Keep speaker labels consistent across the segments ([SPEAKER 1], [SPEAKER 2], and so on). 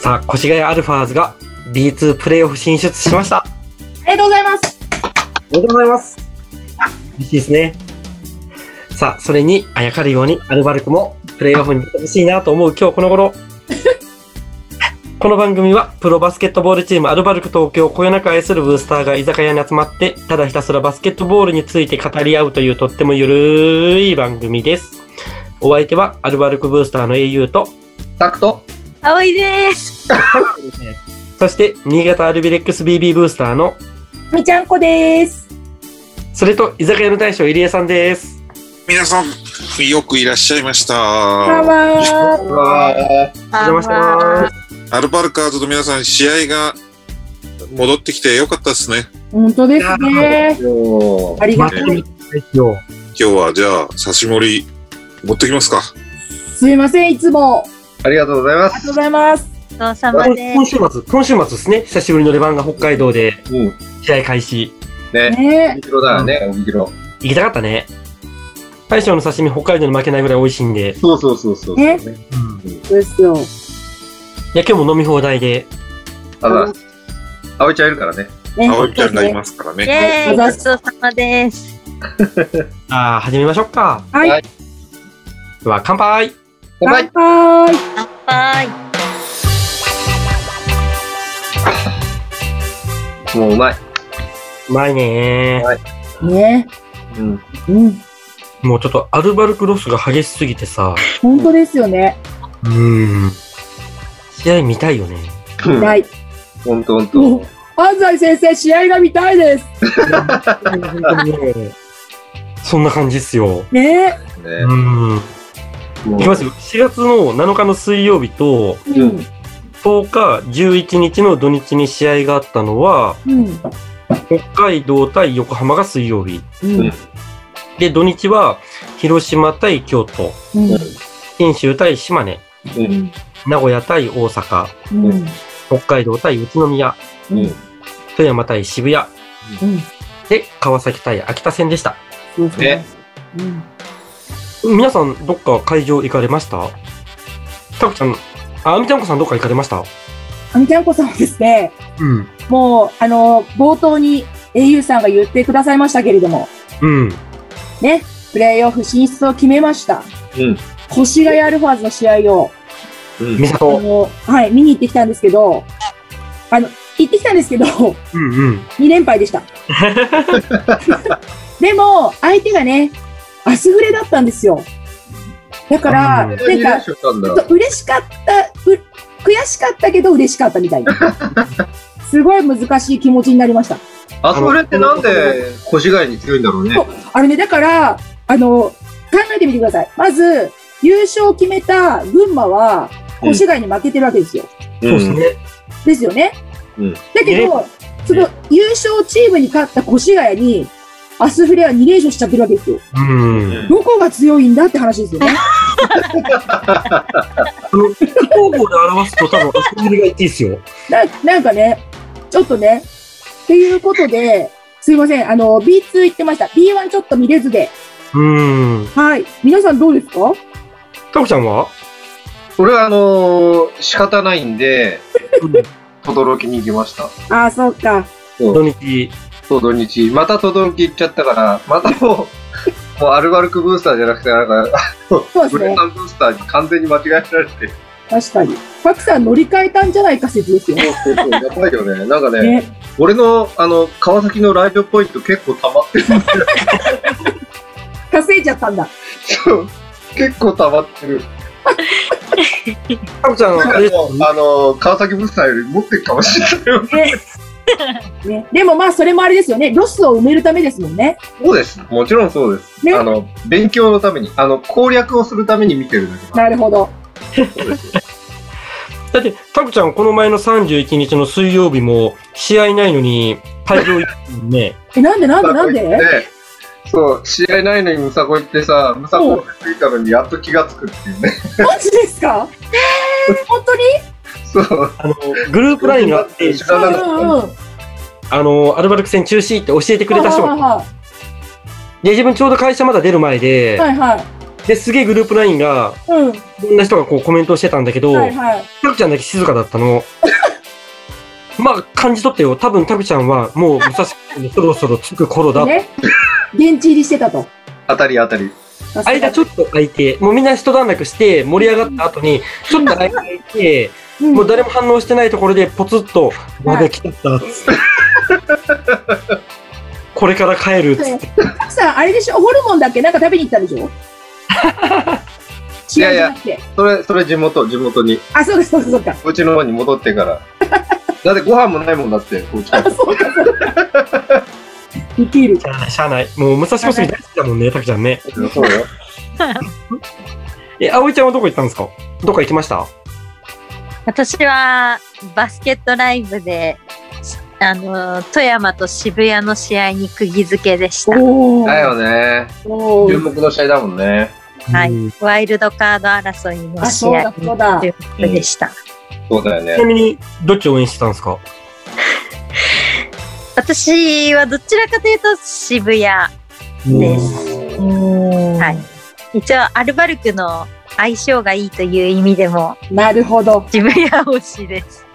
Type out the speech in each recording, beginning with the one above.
[SPEAKER 1] さあ、越谷アルファーズが B2 プレーオフ進出しました。
[SPEAKER 2] りがとうございます。
[SPEAKER 1] おめでとうございます。嬉しいですね。さあ、それにあやかるように、アルバルクもプレーオフに出てほしいなと思う今日この頃。この番組は、プロバスケットボールチームアルバルク東京をこよなく愛するブースターが居酒屋に集まって、ただひたすらバスケットボールについて語り合うというとってもゆるい番組です。お相手は、アルバルクブースターの英雄と、
[SPEAKER 3] タクト
[SPEAKER 4] あおいです。
[SPEAKER 1] そして、新潟アルビレックス BB ブースターの、
[SPEAKER 2] みちゃんこです。
[SPEAKER 1] それと、居酒屋の大将入江さんです。
[SPEAKER 5] 皆さん、よくいらっしゃいまし
[SPEAKER 2] こんばんは。
[SPEAKER 5] た。
[SPEAKER 3] は
[SPEAKER 1] お邪魔してます。
[SPEAKER 5] アルバルカーズの皆さん、試合が戻ってきてよかったですね。
[SPEAKER 2] 本当ですね。
[SPEAKER 3] よ
[SPEAKER 2] ありが
[SPEAKER 1] ま
[SPEAKER 2] た
[SPEAKER 1] た
[SPEAKER 2] い。
[SPEAKER 1] ですよ。
[SPEAKER 5] 今日は、じゃあ、刺し盛り、持ってきますか。
[SPEAKER 2] すいません、いつも。
[SPEAKER 3] ありがとうございま
[SPEAKER 2] ありが
[SPEAKER 3] す。
[SPEAKER 2] とうございます。
[SPEAKER 4] お父様で
[SPEAKER 1] 今週末、今週末ですね、久しぶりのレバンが北海道で
[SPEAKER 3] うん。
[SPEAKER 1] 試合開始。
[SPEAKER 3] ね。
[SPEAKER 2] ね
[SPEAKER 3] 帯広だよね、帯広。
[SPEAKER 1] 行きたかったね。大将の刺身、北海道に負けないぐらい美味しいんで。
[SPEAKER 3] そうそうそうそう。
[SPEAKER 2] ねそうですよ。
[SPEAKER 1] いや、今日も飲み放題で。
[SPEAKER 3] ただ、葵ちゃんいるからね。
[SPEAKER 2] ね
[SPEAKER 5] 葵ちゃんがいますから
[SPEAKER 4] す。イ
[SPEAKER 5] ね。
[SPEAKER 4] ェーイ。
[SPEAKER 2] お
[SPEAKER 4] ご
[SPEAKER 2] 邪魔
[SPEAKER 4] ちそうさまです。
[SPEAKER 1] ああ、始めましょうか。
[SPEAKER 2] はい。
[SPEAKER 1] では、乾杯
[SPEAKER 3] 乾杯
[SPEAKER 2] 乾杯。
[SPEAKER 4] 乾杯。
[SPEAKER 3] もううまい。
[SPEAKER 1] うまいね
[SPEAKER 2] ね。
[SPEAKER 3] うん。
[SPEAKER 2] うん。
[SPEAKER 1] もうちょっとアルバルクロスが激しすぎてさ。
[SPEAKER 2] 本当ですよね。
[SPEAKER 1] うーん。試合見たい よね。
[SPEAKER 2] はい。
[SPEAKER 3] ほんとほんと。
[SPEAKER 2] 安西先生、試合が見たいです。
[SPEAKER 1] 本当にねそんな感じっすよ。
[SPEAKER 2] ね。
[SPEAKER 1] う
[SPEAKER 3] ね。
[SPEAKER 1] ん。
[SPEAKER 3] も
[SPEAKER 1] いきますよ。4月の7日の水曜日と、
[SPEAKER 2] うん。
[SPEAKER 1] 10日、11日の土日に試合があったのは、
[SPEAKER 2] うん。
[SPEAKER 1] 北海道対横浜が水曜日。
[SPEAKER 2] うん。
[SPEAKER 1] で、土日は、広島対京都、
[SPEAKER 2] うん。
[SPEAKER 1] 信州対島根、
[SPEAKER 3] う。
[SPEAKER 2] うんん。
[SPEAKER 1] 名古屋対大阪、
[SPEAKER 2] うん。
[SPEAKER 1] 北海道対宇都宮、
[SPEAKER 3] うん。
[SPEAKER 1] 富山対渋谷、
[SPEAKER 2] うん。
[SPEAKER 1] で、川崎対秋田戦でした。
[SPEAKER 2] そうですね。うん。
[SPEAKER 1] 皆さん、どっか会場行かれましたたくちゃん、あ、あみちゃんこさんどっか行かれました
[SPEAKER 2] あみちゃんこさんはですね、
[SPEAKER 1] うん。
[SPEAKER 2] もう、あの、冒頭に英雄さんが言ってくださいましたけれども、
[SPEAKER 1] うん。
[SPEAKER 2] ね、プレーオフ進出を決めました。
[SPEAKER 3] うん。
[SPEAKER 2] 越谷アルファーズの試合を、
[SPEAKER 3] うん
[SPEAKER 1] 美
[SPEAKER 2] あ
[SPEAKER 1] 里。
[SPEAKER 2] の、はい、見に行ってきたんですけど、あの、行ってきたんですけど、2
[SPEAKER 1] うんうん。
[SPEAKER 2] 連敗でした。でも、相手がね、アスフレだったんですよ。だから、
[SPEAKER 1] あ
[SPEAKER 2] なん
[SPEAKER 1] ー
[SPEAKER 3] 何連
[SPEAKER 2] か、
[SPEAKER 3] 勝したん
[SPEAKER 2] ちょっ
[SPEAKER 3] だ
[SPEAKER 2] と嬉しかった、う悔しかったけど嬉しかったみたいな。すごい難しい気持ちになりました。
[SPEAKER 3] あそれってなんで越谷に強いんだろうね。
[SPEAKER 2] あれね、だから、あの、考えてみてください。まず、優勝を決めた群馬は、
[SPEAKER 3] うん
[SPEAKER 2] 越谷に負けてるわけですよ。
[SPEAKER 1] そうですね。
[SPEAKER 2] ですよね。
[SPEAKER 3] うん
[SPEAKER 2] だけど、その優勝チームに勝った越谷に、アスフレは2連勝しちゃってるわけですよ。
[SPEAKER 1] うん。
[SPEAKER 2] どこが強いんだって話ですよね。
[SPEAKER 1] 非公募で表すと多分、アスリが1位ですよ。
[SPEAKER 2] ななんかね、ちょっとね、っていうことで、すいません、あの、B2 行ってました。B1 ちょっと見れずで。
[SPEAKER 1] うん。
[SPEAKER 2] はい。皆さんどうですか
[SPEAKER 1] たこちゃんは
[SPEAKER 3] 俺はあのー、仕方ないんで、轟に行きました。
[SPEAKER 2] ああ、そうか。
[SPEAKER 1] 土日。
[SPEAKER 3] そう、土日。また轟行っちゃったから、またもう、もうアルバルクブースターじゃなくて、なんか、
[SPEAKER 2] そうです
[SPEAKER 3] ブレ
[SPEAKER 2] ね
[SPEAKER 3] タ。ンブースターに完全に間違えら れて、
[SPEAKER 2] 確かに。パクさん乗り換えたんじゃないか説ですよね。
[SPEAKER 3] そうそうやばいよね。なんかね、
[SPEAKER 2] ね
[SPEAKER 3] 俺の、あの、川崎のライブポイント結構溜ま ってる。
[SPEAKER 2] 稼いじゃったんだ。
[SPEAKER 3] そう結構溜まってる。
[SPEAKER 1] たこちゃん
[SPEAKER 3] な
[SPEAKER 1] は、
[SPEAKER 3] ん
[SPEAKER 1] あ
[SPEAKER 3] か
[SPEAKER 1] れ
[SPEAKER 3] もう、あの、川崎ブースターより持ってるかもしれないよ。
[SPEAKER 2] ね、でもまあ、それもあれですよね。ロスを埋めるためですもんね。
[SPEAKER 3] そうです。もちろんそうです。
[SPEAKER 2] ね
[SPEAKER 3] あの、勉強のために、あの、攻略をするために見てるだけだ。
[SPEAKER 2] なるほど。
[SPEAKER 1] だって、たこちゃん、この前の31日の水曜日も、試合ないのに、会場行ってんね。
[SPEAKER 2] え、なんでなんでなん
[SPEAKER 3] ムサコ行
[SPEAKER 2] で
[SPEAKER 3] ってそう、試合ないのにムサコ行ってさ、ムサコがついたのにやっと気がつくっていうね。
[SPEAKER 2] マジですか本当に
[SPEAKER 3] そう。
[SPEAKER 1] あの、グループラインがあ って、
[SPEAKER 3] 知らなかった。
[SPEAKER 2] うんうんうん。
[SPEAKER 1] あの、アルバルク戦中止って教えてくれた人
[SPEAKER 2] は
[SPEAKER 1] が、で、自分ちょうど会社まだ出る前で
[SPEAKER 2] い、はいはい。はいはい。
[SPEAKER 1] で、すげえグループラインが、
[SPEAKER 2] うん。
[SPEAKER 1] いろんな人がこうコメントをしてたんだけど、
[SPEAKER 2] はいはい。
[SPEAKER 1] タクちゃんだけ静かだったの。まあ、感じ取ってよ。多分タクちゃんは、もう、武蔵君にそろそろ着く頃だ。
[SPEAKER 2] ね。現地入りしてたと。
[SPEAKER 3] 当たり当たり。
[SPEAKER 1] 間ちょっと空いて、もうみんな一段落して、盛り上がった後に、ちょっと空いて、
[SPEAKER 2] うん
[SPEAKER 1] もう誰も反応してないところで、ポツッと、
[SPEAKER 2] はい
[SPEAKER 1] まだ来ちゃったっつって。これから帰るっつって。
[SPEAKER 2] たくさん、あれでしょ、ホルモンだっけなんか食べに行ったんでしょ試合じゃなくて。
[SPEAKER 3] それ、それ地元、地元に。
[SPEAKER 2] あ、そうかそうかそうか。
[SPEAKER 3] うちの方に戻って から。だってご飯もないもんだって、こう近く。
[SPEAKER 2] そうかそうか。リピール
[SPEAKER 1] しゃあない、しゃあない。もう、武蔵小杉大好きだもんね、タクちゃんね。
[SPEAKER 3] そうよ。
[SPEAKER 1] え、葵ちゃんはどこ行ったんですかどっか行きました
[SPEAKER 4] 私はバスケットライブで、あの、富山と渋谷の試合に釘付けでした。
[SPEAKER 2] おー
[SPEAKER 3] だよね。
[SPEAKER 2] お
[SPEAKER 3] 注
[SPEAKER 2] ー
[SPEAKER 3] 目の試合だもんね。
[SPEAKER 4] はい
[SPEAKER 1] うんち
[SPEAKER 4] ワイルドカード争いの
[SPEAKER 2] あ、そう
[SPEAKER 4] 試
[SPEAKER 2] だ
[SPEAKER 4] 合
[SPEAKER 2] そうだ。
[SPEAKER 4] でした。
[SPEAKER 3] そうだよね
[SPEAKER 1] な。みに、どっちを応援してたんですか
[SPEAKER 4] 私はどちらかというと渋谷。ですはい。一応、アルバルクの相性がいいという意味でも、
[SPEAKER 2] なるほど。
[SPEAKER 4] 渋谷推しです。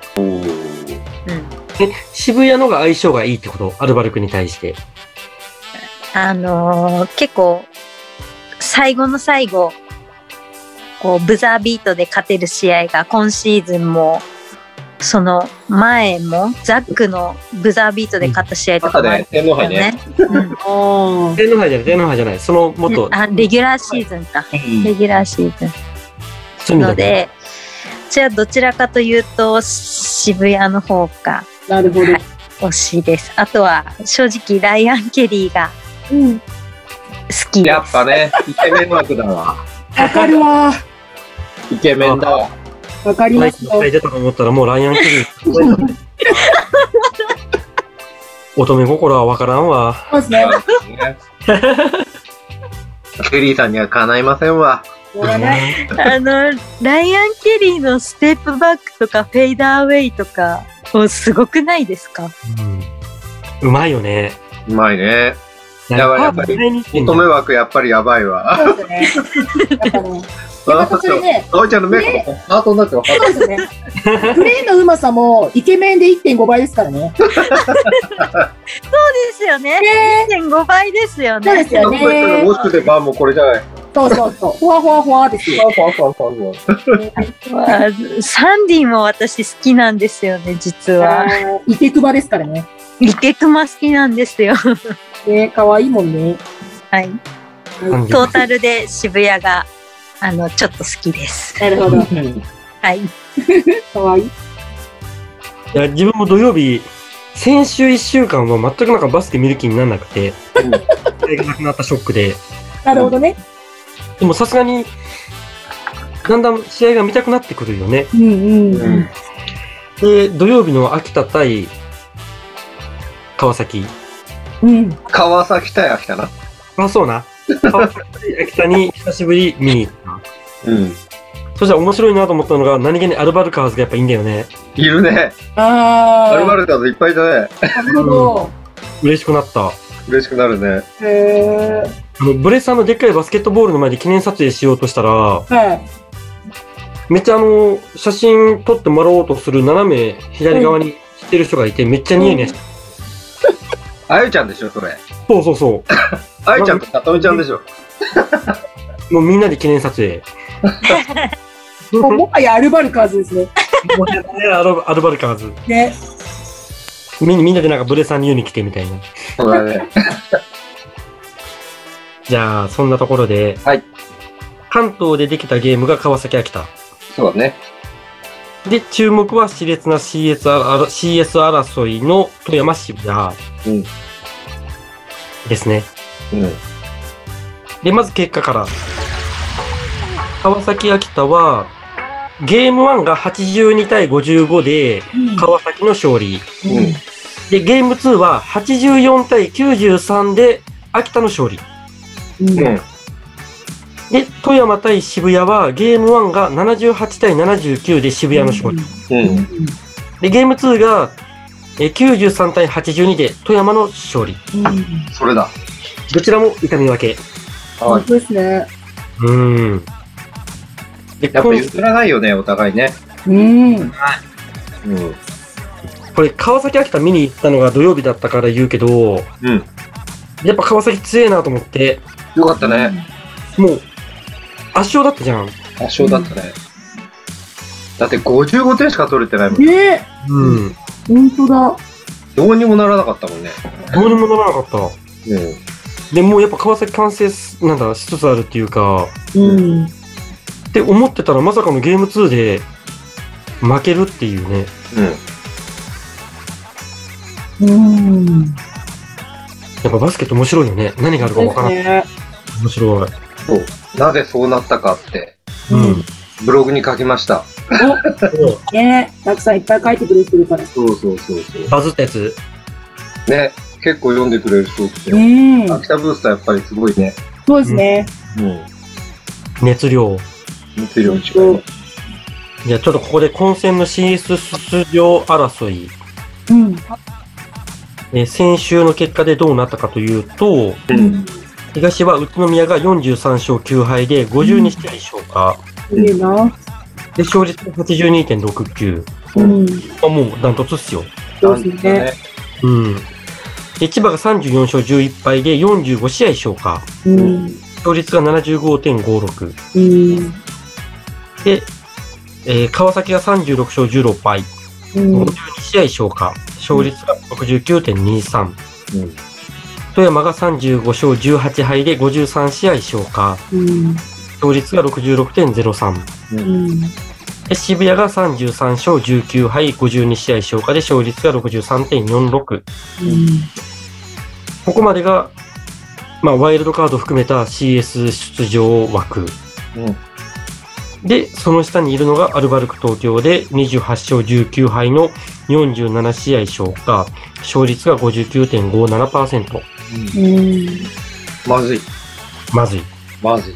[SPEAKER 1] え、渋谷のが相性がいいってことアルバルクに対して。
[SPEAKER 4] あのー結構、最後の最後、こう、ブザービートで勝てる試合が今シーズンも、その前も、ザックのブザービートで勝った試合とか
[SPEAKER 3] 赤
[SPEAKER 4] もあ
[SPEAKER 3] で
[SPEAKER 4] る、
[SPEAKER 3] 天皇
[SPEAKER 4] んだ
[SPEAKER 3] 杯ね。
[SPEAKER 4] よね。
[SPEAKER 2] あ
[SPEAKER 1] 天皇杯じゃない、天皇杯じゃない。そのもっと、
[SPEAKER 4] あ、レギュラーシーズンか。レギュラーシーズン。
[SPEAKER 1] そういう意
[SPEAKER 4] の
[SPEAKER 1] 味だね
[SPEAKER 4] で、じゃあどちらかというと渋谷の方が
[SPEAKER 2] あ、なるほど。
[SPEAKER 4] 推しです。あとは正直ライアン・ケリーが
[SPEAKER 2] うん。
[SPEAKER 4] 好きで
[SPEAKER 3] やっぱね、イケメン枠だわ。
[SPEAKER 2] わかるわ。
[SPEAKER 3] イケメンだわ。
[SPEAKER 2] わかり
[SPEAKER 1] マ
[SPEAKER 2] ま
[SPEAKER 1] イクい
[SPEAKER 2] す
[SPEAKER 1] っ
[SPEAKER 2] よ
[SPEAKER 1] ぱ。い出たと思ったら、もうライアンキル。乙女心はわからんわ。
[SPEAKER 2] そうですね。
[SPEAKER 3] ねケリーさんにはかないませんわ。
[SPEAKER 2] これね。
[SPEAKER 4] す。あの、ライアン・ケリーのステップバックとかフェイダーウェイとか、もうすごくないですか
[SPEAKER 1] うんうまいよね。
[SPEAKER 3] うまいね。やばいやばい乙女枠やっぱりやばいわ。
[SPEAKER 2] そうですね。 やっぱね。やっぱそれね。
[SPEAKER 3] 葵ちゃんの目がハートになってます。
[SPEAKER 2] そうですね。プレーのうまさもイケメンで1.5倍ですからね。
[SPEAKER 4] そうですよね。1.5倍ですよ
[SPEAKER 2] そうで
[SPEAKER 4] ね。
[SPEAKER 2] すよ
[SPEAKER 3] こうやって
[SPEAKER 2] ね
[SPEAKER 3] ウ。ォッチでバーもこれじゃない。
[SPEAKER 2] そうそうそう。ほわほわほわです よ。
[SPEAKER 3] ファンファンファンファンファン
[SPEAKER 4] わあサンディも私好きなんですよね、実は。
[SPEAKER 2] イケクバですからね。
[SPEAKER 4] リケクマ好きなんですよ。
[SPEAKER 2] ね、可愛いもんね。
[SPEAKER 4] はい。
[SPEAKER 1] うん
[SPEAKER 4] トータルで渋谷が、あの、ちょっと好きです。
[SPEAKER 2] なるほど。
[SPEAKER 4] はい。
[SPEAKER 2] 可愛い。
[SPEAKER 1] いや自分も土曜日、先週1週間は全くなんかバスケ見る気にならなくて、試合がなくなったショックで、
[SPEAKER 2] なるほどね。
[SPEAKER 1] でもさすがに、だんだん試合が見たくなってくるよね。
[SPEAKER 2] うんうん。
[SPEAKER 3] うん
[SPEAKER 1] で、土曜日の秋田対川崎。
[SPEAKER 2] うん。
[SPEAKER 3] 川崎対秋田な。
[SPEAKER 1] あ、そうな。川崎対秋田に久しぶり見に行った。
[SPEAKER 3] うん。
[SPEAKER 1] そしたら面白いなと思ったのが、何気にアルバルカーズがやっぱいいんだよね。
[SPEAKER 3] いるね。
[SPEAKER 2] あ
[SPEAKER 3] アルバ
[SPEAKER 2] ー。
[SPEAKER 3] ルカーズいっぱいいたね。
[SPEAKER 2] なるほど。
[SPEAKER 1] 嬉しくなった。あ
[SPEAKER 3] 嬉しくなるね。
[SPEAKER 2] へー。
[SPEAKER 1] の、ブレスさんのでっかいバスケットボールの前で記念撮影しようとしたら、
[SPEAKER 2] はい。
[SPEAKER 1] めっちゃあの、写真撮ってもらおうとする斜め左側に来てる人がいて、めっちゃニヤニヤして、
[SPEAKER 3] あゆちゃんでしょ、それ。
[SPEAKER 1] そうそうそ
[SPEAKER 3] あゆちゃんとさとみちゃんでしょ。
[SPEAKER 1] う。もうみんなで記念撮影。
[SPEAKER 2] ももはやアルバルカーズですね。
[SPEAKER 1] もうやったねアルバアルバルカーズ。
[SPEAKER 2] ね。
[SPEAKER 1] みんみんなでなんかブレさんに言うに来てみたいな。
[SPEAKER 3] そうだね。
[SPEAKER 1] じゃあ、そんなところで、
[SPEAKER 3] はい
[SPEAKER 1] 関東でできたゲームが川崎秋田。
[SPEAKER 3] そうだね。
[SPEAKER 1] で、注目は熾烈な CS, あら CS 争いの富山渋谷。
[SPEAKER 3] うん
[SPEAKER 1] ですね。
[SPEAKER 3] うん。
[SPEAKER 1] で、まず結果から。川崎秋田は、ゲーム1が82対55で
[SPEAKER 2] うん
[SPEAKER 1] 川崎の勝利。
[SPEAKER 3] うん
[SPEAKER 1] で、ゲーム2は84対93で秋田の勝利。
[SPEAKER 2] うん
[SPEAKER 3] うん。
[SPEAKER 1] で、富山対渋谷はゲーム1が78対79で渋谷の勝利。
[SPEAKER 3] うん。
[SPEAKER 1] で、ゲーム2がえー93対82で富山の勝利。
[SPEAKER 2] うんうん
[SPEAKER 3] それだ。
[SPEAKER 1] どちらも痛み分け。
[SPEAKER 2] 本当ですね。
[SPEAKER 1] うん。で、
[SPEAKER 3] やっぱ
[SPEAKER 1] これ
[SPEAKER 3] 譲らないよね、お互いね。
[SPEAKER 2] うん。
[SPEAKER 3] うん。
[SPEAKER 1] これ川崎秋田見に行ったのが土曜日だったから言うけど、
[SPEAKER 3] うん。
[SPEAKER 1] やっぱ川崎強えなと思って、
[SPEAKER 3] よかったね。
[SPEAKER 1] もう、圧勝だったじゃん。
[SPEAKER 3] 圧勝だったね。だって55点しか取れてないもん。
[SPEAKER 2] ねえ、
[SPEAKER 1] うん。
[SPEAKER 2] 本当だ。
[SPEAKER 3] どうにもならなかったもんね。
[SPEAKER 1] どうにもならなかっ
[SPEAKER 3] うん。
[SPEAKER 1] た。で、もうやっぱ川崎完成す、なんだ、しつつあるっていうか、
[SPEAKER 2] うん。
[SPEAKER 1] って思ってたらまさかのゲーム2で負けるっていうね。
[SPEAKER 3] うん。
[SPEAKER 2] うん。
[SPEAKER 1] やっぱバスケット面白いよね。何があるかわからない。
[SPEAKER 2] ね。
[SPEAKER 1] 面白い。
[SPEAKER 3] なぜそうなったかって、
[SPEAKER 1] う
[SPEAKER 2] うんん。
[SPEAKER 3] ブログに書きました。
[SPEAKER 2] ねえ、たくさんいっぱい書いてくれてるから。
[SPEAKER 3] そうそうそうそう。
[SPEAKER 1] バズったやつ。
[SPEAKER 3] ね、結構読んでくれる人多くて。
[SPEAKER 2] うん。
[SPEAKER 3] 秋田ブースターやっぱりすごいね。
[SPEAKER 2] そうですね。
[SPEAKER 3] うん。
[SPEAKER 1] 熱量。
[SPEAKER 3] 熱量に近いね。
[SPEAKER 1] じゃあちょっとここで混戦の進出出場争い。
[SPEAKER 2] うん。
[SPEAKER 1] えー先週の結果でどうなったかというと、
[SPEAKER 3] うん。
[SPEAKER 1] 東は宇都宮が43勝9敗で52試合消化。
[SPEAKER 2] いいな。
[SPEAKER 1] で、勝率82.69。
[SPEAKER 2] うん。
[SPEAKER 1] あ、もうダントツっすよ。
[SPEAKER 2] そうですね。。
[SPEAKER 1] うん。で、千葉が34勝11敗で45試合消化。
[SPEAKER 2] うん。
[SPEAKER 1] 勝率が75.56。
[SPEAKER 2] うん。
[SPEAKER 1] で、えー川崎が36勝16敗。
[SPEAKER 2] うん
[SPEAKER 1] 52。試合消化。勝率が69.23。
[SPEAKER 3] うん。
[SPEAKER 1] 富山が35勝18敗で53試合消化。
[SPEAKER 2] うん。
[SPEAKER 1] 勝率が66.03。
[SPEAKER 2] うん。
[SPEAKER 1] で渋谷が33勝19敗52試合消化で勝率が63.46。ここまでが、まあ、ワイルドカード含めた CS 出場枠。
[SPEAKER 3] うん。
[SPEAKER 1] で、その下にいるのがアルバルク東京で28勝19敗の47試合消化。勝率が59.57%。
[SPEAKER 2] うん。
[SPEAKER 3] まずい。
[SPEAKER 1] まずい。
[SPEAKER 3] まずい。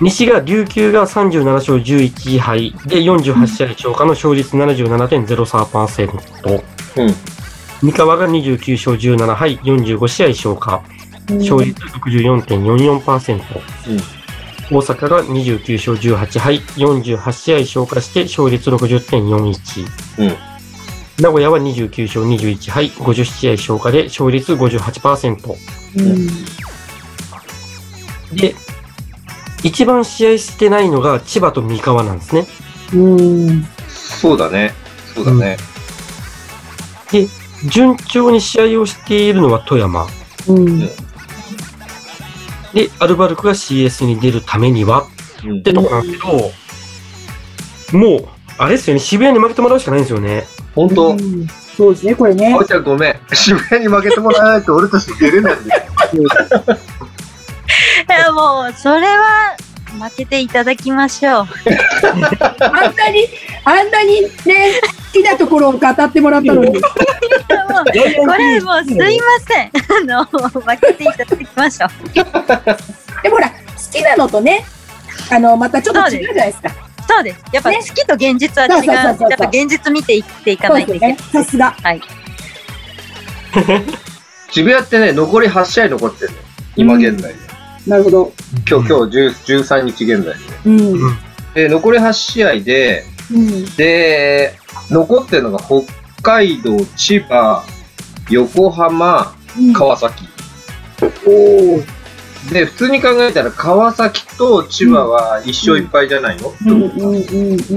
[SPEAKER 1] 西が琉球が37勝11敗で48試合消化の勝率77.03%。
[SPEAKER 3] うん。
[SPEAKER 1] 三河が29勝17敗45試合消化。勝率64.44%。大阪が29勝18敗48試合消化して勝率60.41。
[SPEAKER 3] うん
[SPEAKER 1] 名古屋は29勝21敗50試合消化で勝率58%。
[SPEAKER 2] うん。
[SPEAKER 1] で、一番試合してないのが千葉と三河なんですね。
[SPEAKER 2] うん。
[SPEAKER 3] そうだね。そうだね。
[SPEAKER 1] 順調に試合をしているのは富山。
[SPEAKER 2] うん。
[SPEAKER 1] で、アルバルクが CS に出るためには
[SPEAKER 3] うん
[SPEAKER 1] ってとこなんですけど、もう、あれですよね、渋谷に負けてもらうしかないんですよね。
[SPEAKER 3] 本当、
[SPEAKER 2] そうですね、これね
[SPEAKER 3] あお。ちゃんごめん。渋谷に負けてもらわないと俺たち出れないんだよ。
[SPEAKER 4] いやもう、それは負けていただきましょ
[SPEAKER 2] あ
[SPEAKER 4] う。
[SPEAKER 2] んなに、あんなにね、好きなところを語ってもらったのに。
[SPEAKER 4] いやもうこれもうすいません。あの、負けていただきましょう。
[SPEAKER 2] でもほら、好きなのとね、あの、またちょっと違うじゃないですか。
[SPEAKER 4] そうです。やっぱ
[SPEAKER 2] ね
[SPEAKER 4] 好きと現実は違
[SPEAKER 2] そ
[SPEAKER 4] う。
[SPEAKER 2] うそう
[SPEAKER 4] や
[SPEAKER 2] そう
[SPEAKER 4] っ
[SPEAKER 2] そう
[SPEAKER 4] ぱ現実見ていっていか
[SPEAKER 2] そう
[SPEAKER 4] ない
[SPEAKER 2] です
[SPEAKER 4] とい
[SPEAKER 2] よ
[SPEAKER 4] けない
[SPEAKER 2] ね。。さすが。
[SPEAKER 4] はい。
[SPEAKER 3] 渋谷ってね、残り8試合残ってるの。今現在で。
[SPEAKER 2] なるほど。
[SPEAKER 3] 今日、今日10 13日現在
[SPEAKER 2] うん。
[SPEAKER 1] うん
[SPEAKER 3] で。で、残り8試合で、
[SPEAKER 2] うん。
[SPEAKER 3] で、残ってるのが北海道、千葉、横浜、
[SPEAKER 2] うん
[SPEAKER 3] 川崎。
[SPEAKER 2] おー
[SPEAKER 3] で、普通に考えたら川崎と千葉は1勝1敗じゃないの、
[SPEAKER 2] うんうんう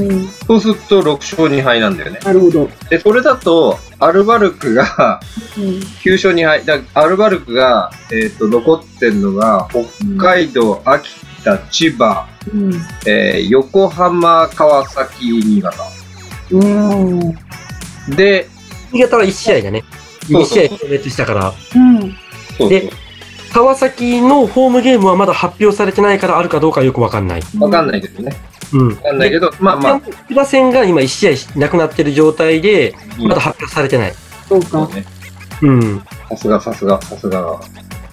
[SPEAKER 2] んうん。
[SPEAKER 3] そうすると6勝2敗なんだよね。
[SPEAKER 2] なるほど。
[SPEAKER 3] で、それだと、アルバルクが
[SPEAKER 2] うん。
[SPEAKER 3] 9勝2敗。だアルバルクが、えっ、と、残ってるのが、北海道、秋田、千葉、
[SPEAKER 2] うん。
[SPEAKER 3] えー横浜、川崎、新潟。
[SPEAKER 2] うん。うん。
[SPEAKER 3] で、
[SPEAKER 1] 新潟は1試合だね。
[SPEAKER 3] そう
[SPEAKER 1] 2試合消滅したから。
[SPEAKER 3] そう
[SPEAKER 1] で川崎のホームゲームはまだ発表されてないからあるかどうかよくわかんない。
[SPEAKER 3] そうわかんないけどね。
[SPEAKER 1] うん。
[SPEAKER 3] わかんないけど、まあまあ、
[SPEAKER 1] 千葉戦が今1試合なくなってる状態で、まだ発表されてない。
[SPEAKER 2] そう
[SPEAKER 3] そ
[SPEAKER 2] か
[SPEAKER 3] う。ね。
[SPEAKER 1] うん。っ
[SPEAKER 3] さすが、さすが、さすが。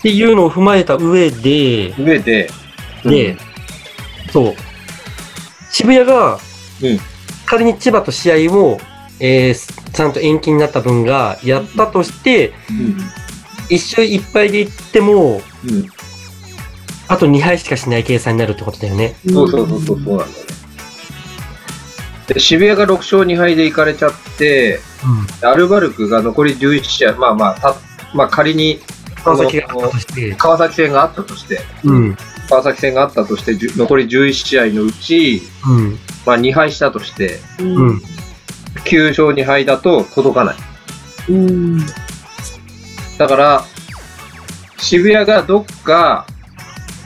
[SPEAKER 1] ていうのを踏まえた上で、
[SPEAKER 3] 上で、
[SPEAKER 1] で、そう。渋谷が、
[SPEAKER 3] うん
[SPEAKER 1] 仮に千葉と試合を、えーちゃんと延期になった分がやったとして、
[SPEAKER 3] うん、
[SPEAKER 1] 一勝一敗でいっても、
[SPEAKER 3] うん、
[SPEAKER 1] あと2敗しかしない計算になるってことだよね。
[SPEAKER 3] そうそうそうそう、そうなんだよね。で、渋谷が6勝2敗で行かれちゃって、アルバルクが残り11試合、まあまあ、たまあ仮に、
[SPEAKER 1] 川崎が勝ったとして。
[SPEAKER 3] 川崎戦があったとして、
[SPEAKER 1] うん。
[SPEAKER 3] 川崎戦があったとして、じゅ残り11試合のうち、
[SPEAKER 1] うん。
[SPEAKER 3] まあ2敗したとして、
[SPEAKER 2] うん
[SPEAKER 1] うん。
[SPEAKER 3] 9勝2敗だと届かない。
[SPEAKER 2] うん。
[SPEAKER 3] だから、渋谷がどっか、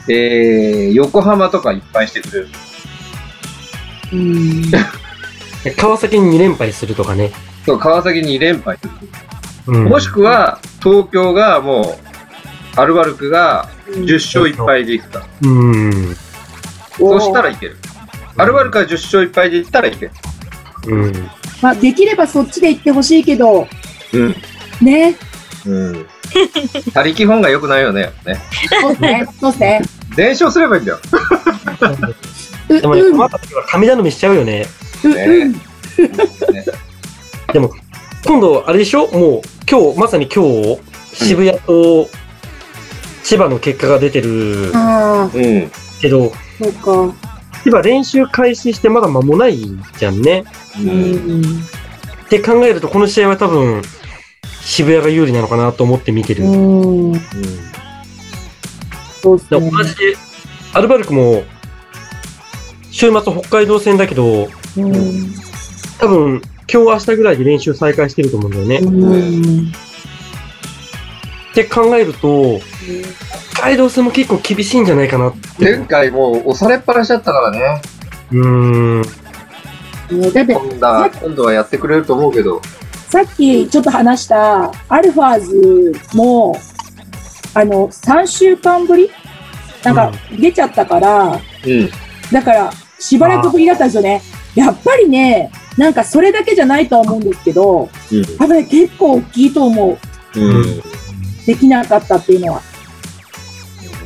[SPEAKER 3] えー、横浜とかいっぱいしてくれる。
[SPEAKER 2] うん。
[SPEAKER 1] 川崎に2連敗するとかね。
[SPEAKER 3] そう、川崎に連敗する。
[SPEAKER 1] うん。
[SPEAKER 3] もしくは、東京がもう、アルバルクが10勝1敗でいくか。
[SPEAKER 1] うん。
[SPEAKER 3] そしたらいける。アルバルクが10勝1敗でいったらいけ る。
[SPEAKER 1] うん。
[SPEAKER 2] まあ、できればそっちで行ってほしいけど、
[SPEAKER 3] うん。
[SPEAKER 2] ね。
[SPEAKER 3] うん。他力本が良くないよね。やっぱね
[SPEAKER 2] そうっすね。そうっすね。
[SPEAKER 3] 全勝すればいいんだよ。
[SPEAKER 2] う、
[SPEAKER 1] でもね、
[SPEAKER 2] うん。
[SPEAKER 1] 困った時は神頼みしちゃうよね。
[SPEAKER 2] うん
[SPEAKER 3] ね
[SPEAKER 2] うん。
[SPEAKER 1] でも、今度、あれでしょもう、今日、まさに今日、渋谷と千葉の結果が出てる
[SPEAKER 2] ああ、
[SPEAKER 3] うん。
[SPEAKER 1] けど、
[SPEAKER 2] そうか。
[SPEAKER 1] 千葉練習開始してまだ間もないじゃんね。
[SPEAKER 3] うん。
[SPEAKER 1] って考えると、この試合は多分、渋谷が有利なのかなと思って見てる。だか
[SPEAKER 2] うん。そうっす
[SPEAKER 1] ら
[SPEAKER 2] ね。
[SPEAKER 1] 同じで、アルバルクも、週末北海道戦だけど、
[SPEAKER 2] うん。
[SPEAKER 1] 多分、今日明日ぐらいで練習再開してると思うんだよね。
[SPEAKER 2] うん。
[SPEAKER 1] って考えると、北海道戦も結構厳しいんじゃないかなって。
[SPEAKER 3] 前回もう押されっぱなしだったからね。
[SPEAKER 1] うーん。
[SPEAKER 2] うんだって、
[SPEAKER 3] 今度は今度はやってくれると思うけど。
[SPEAKER 2] さっきちょっと話したアルファーズも、あの、3週間ぶりなんか出ちゃったから、
[SPEAKER 3] うん。
[SPEAKER 2] だから、しばらくぶりだったんですよね。やっぱりね、なんかそれだけじゃないとは思うんですけど、多分ね、結構大きいと思う。
[SPEAKER 3] うん。
[SPEAKER 1] うん
[SPEAKER 2] できなかったっていうのは。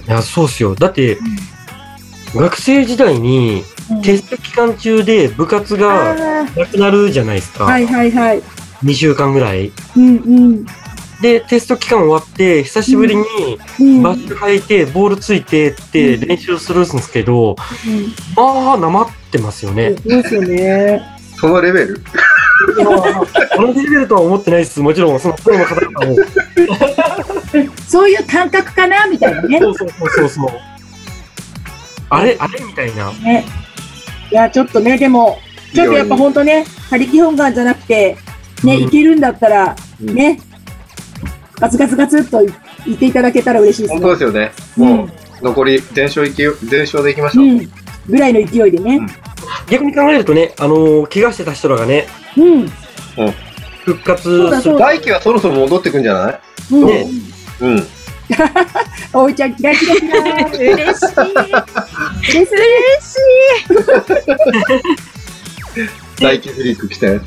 [SPEAKER 1] いや、そうっすよ。だって、学生時代に、
[SPEAKER 2] うん
[SPEAKER 1] テスト期間中で部活が
[SPEAKER 2] あ
[SPEAKER 1] なくなるじゃないです
[SPEAKER 2] あ、
[SPEAKER 1] か。
[SPEAKER 2] はいはいはい。
[SPEAKER 1] 2週間ぐらい。
[SPEAKER 2] うんうん。
[SPEAKER 1] で、テスト期間終わって、久しぶりに
[SPEAKER 2] うん。
[SPEAKER 1] バット履いて、ボールついてって
[SPEAKER 2] うん
[SPEAKER 1] 練習するんですけど、
[SPEAKER 2] うん
[SPEAKER 1] まあ、なまってますよね。
[SPEAKER 2] そうですよね。
[SPEAKER 3] そのレベル
[SPEAKER 1] 同じレベルとは思ってないです。もちろん、そのプロの方々も。
[SPEAKER 2] そういう感覚かなみたいなね。
[SPEAKER 1] そうそうそうそうそう。あれあれみたいな。
[SPEAKER 2] ね。いや、ちょっとね、でも、ちょっとやっぱ本当ね、他力本願じゃなくて、ね、
[SPEAKER 1] うん
[SPEAKER 2] いけるんだったら、
[SPEAKER 3] うん
[SPEAKER 2] ね、ガツガツガツっと言っていただけたら嬉しいです
[SPEAKER 3] 本
[SPEAKER 2] ね
[SPEAKER 3] 当。ですよね。もう、残り、全勝いき、全勝でいきまし
[SPEAKER 2] う
[SPEAKER 3] ょう。
[SPEAKER 2] ん。ぐらいの勢いでね。
[SPEAKER 1] 逆に考えるとね、あのー怪我してた人らがね、
[SPEAKER 2] うん。
[SPEAKER 1] 復
[SPEAKER 2] そう
[SPEAKER 1] 活
[SPEAKER 2] だ
[SPEAKER 1] する
[SPEAKER 2] そうだ。
[SPEAKER 3] 大輝はそろそろ戻ってくんじゃない
[SPEAKER 2] うん。
[SPEAKER 1] ね
[SPEAKER 3] うん。
[SPEAKER 2] おいちゃん、キラキラキラ。
[SPEAKER 4] 嬉しい。
[SPEAKER 2] 嬉しい
[SPEAKER 4] 嬉しい。
[SPEAKER 3] 大輝フリーク来たよ。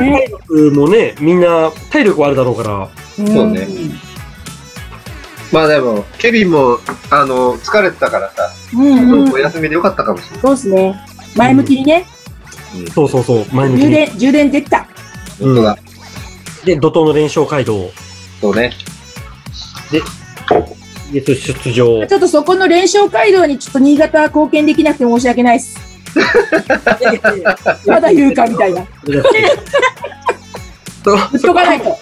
[SPEAKER 2] ね。
[SPEAKER 1] もね、みんな体力はあるだろうから、
[SPEAKER 2] そう
[SPEAKER 3] ねまあでも、ケビンも、あの、疲れてたからさ、
[SPEAKER 2] うんうん。
[SPEAKER 3] お休みでよかったかもしれない。
[SPEAKER 2] そうですね。前向きにね、
[SPEAKER 1] そうそうそう、前向き
[SPEAKER 2] 充
[SPEAKER 1] に。
[SPEAKER 2] 電、充電できた。
[SPEAKER 3] 本当だ。
[SPEAKER 1] で、怒涛の連勝街道、
[SPEAKER 3] そうね。
[SPEAKER 1] 月出場。
[SPEAKER 2] ちょっとそこの連勝街道にちょっと新潟は貢献できなくて申し訳ないです。まだ言うかみたいな。ぶっ飛ばないと。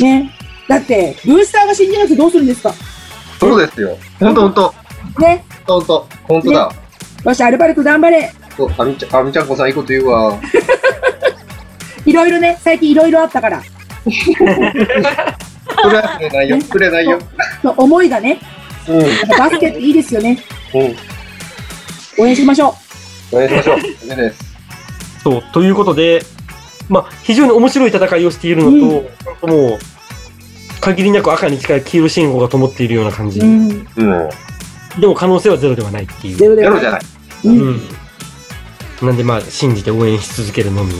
[SPEAKER 2] ね。だって、ブースターが信じなくてどうするんですか
[SPEAKER 3] そうですよ。ほんとほんと。
[SPEAKER 2] ね。
[SPEAKER 3] ほんと。ほんとだ。
[SPEAKER 2] よし、アルバルク頑張れ。
[SPEAKER 3] そうあみちゃん、あみちゃんこさんいいこと言うわ。
[SPEAKER 2] いろいろね、最近いろいろあったから、
[SPEAKER 3] くれな いよ。くれないよ。
[SPEAKER 2] の思いがね、
[SPEAKER 3] うん。うん。
[SPEAKER 2] バスケっていいですよね。応援しましょ
[SPEAKER 3] お願いしましょう。ダメです。
[SPEAKER 1] そう、ということで、まあ、非常に面白い戦いをしているのと、本当もう、限りなく赤に近い黄色信号が灯っているような感じ。
[SPEAKER 2] う。うん。
[SPEAKER 3] うん。
[SPEAKER 1] でも可能性はゼロではないってい
[SPEAKER 2] ゼ
[SPEAKER 1] う。
[SPEAKER 2] ロゼ
[SPEAKER 3] や
[SPEAKER 2] ロ
[SPEAKER 3] ろうじゃない。
[SPEAKER 2] う。
[SPEAKER 1] うんん。なんでまあ、信じて応援し続けるのみ。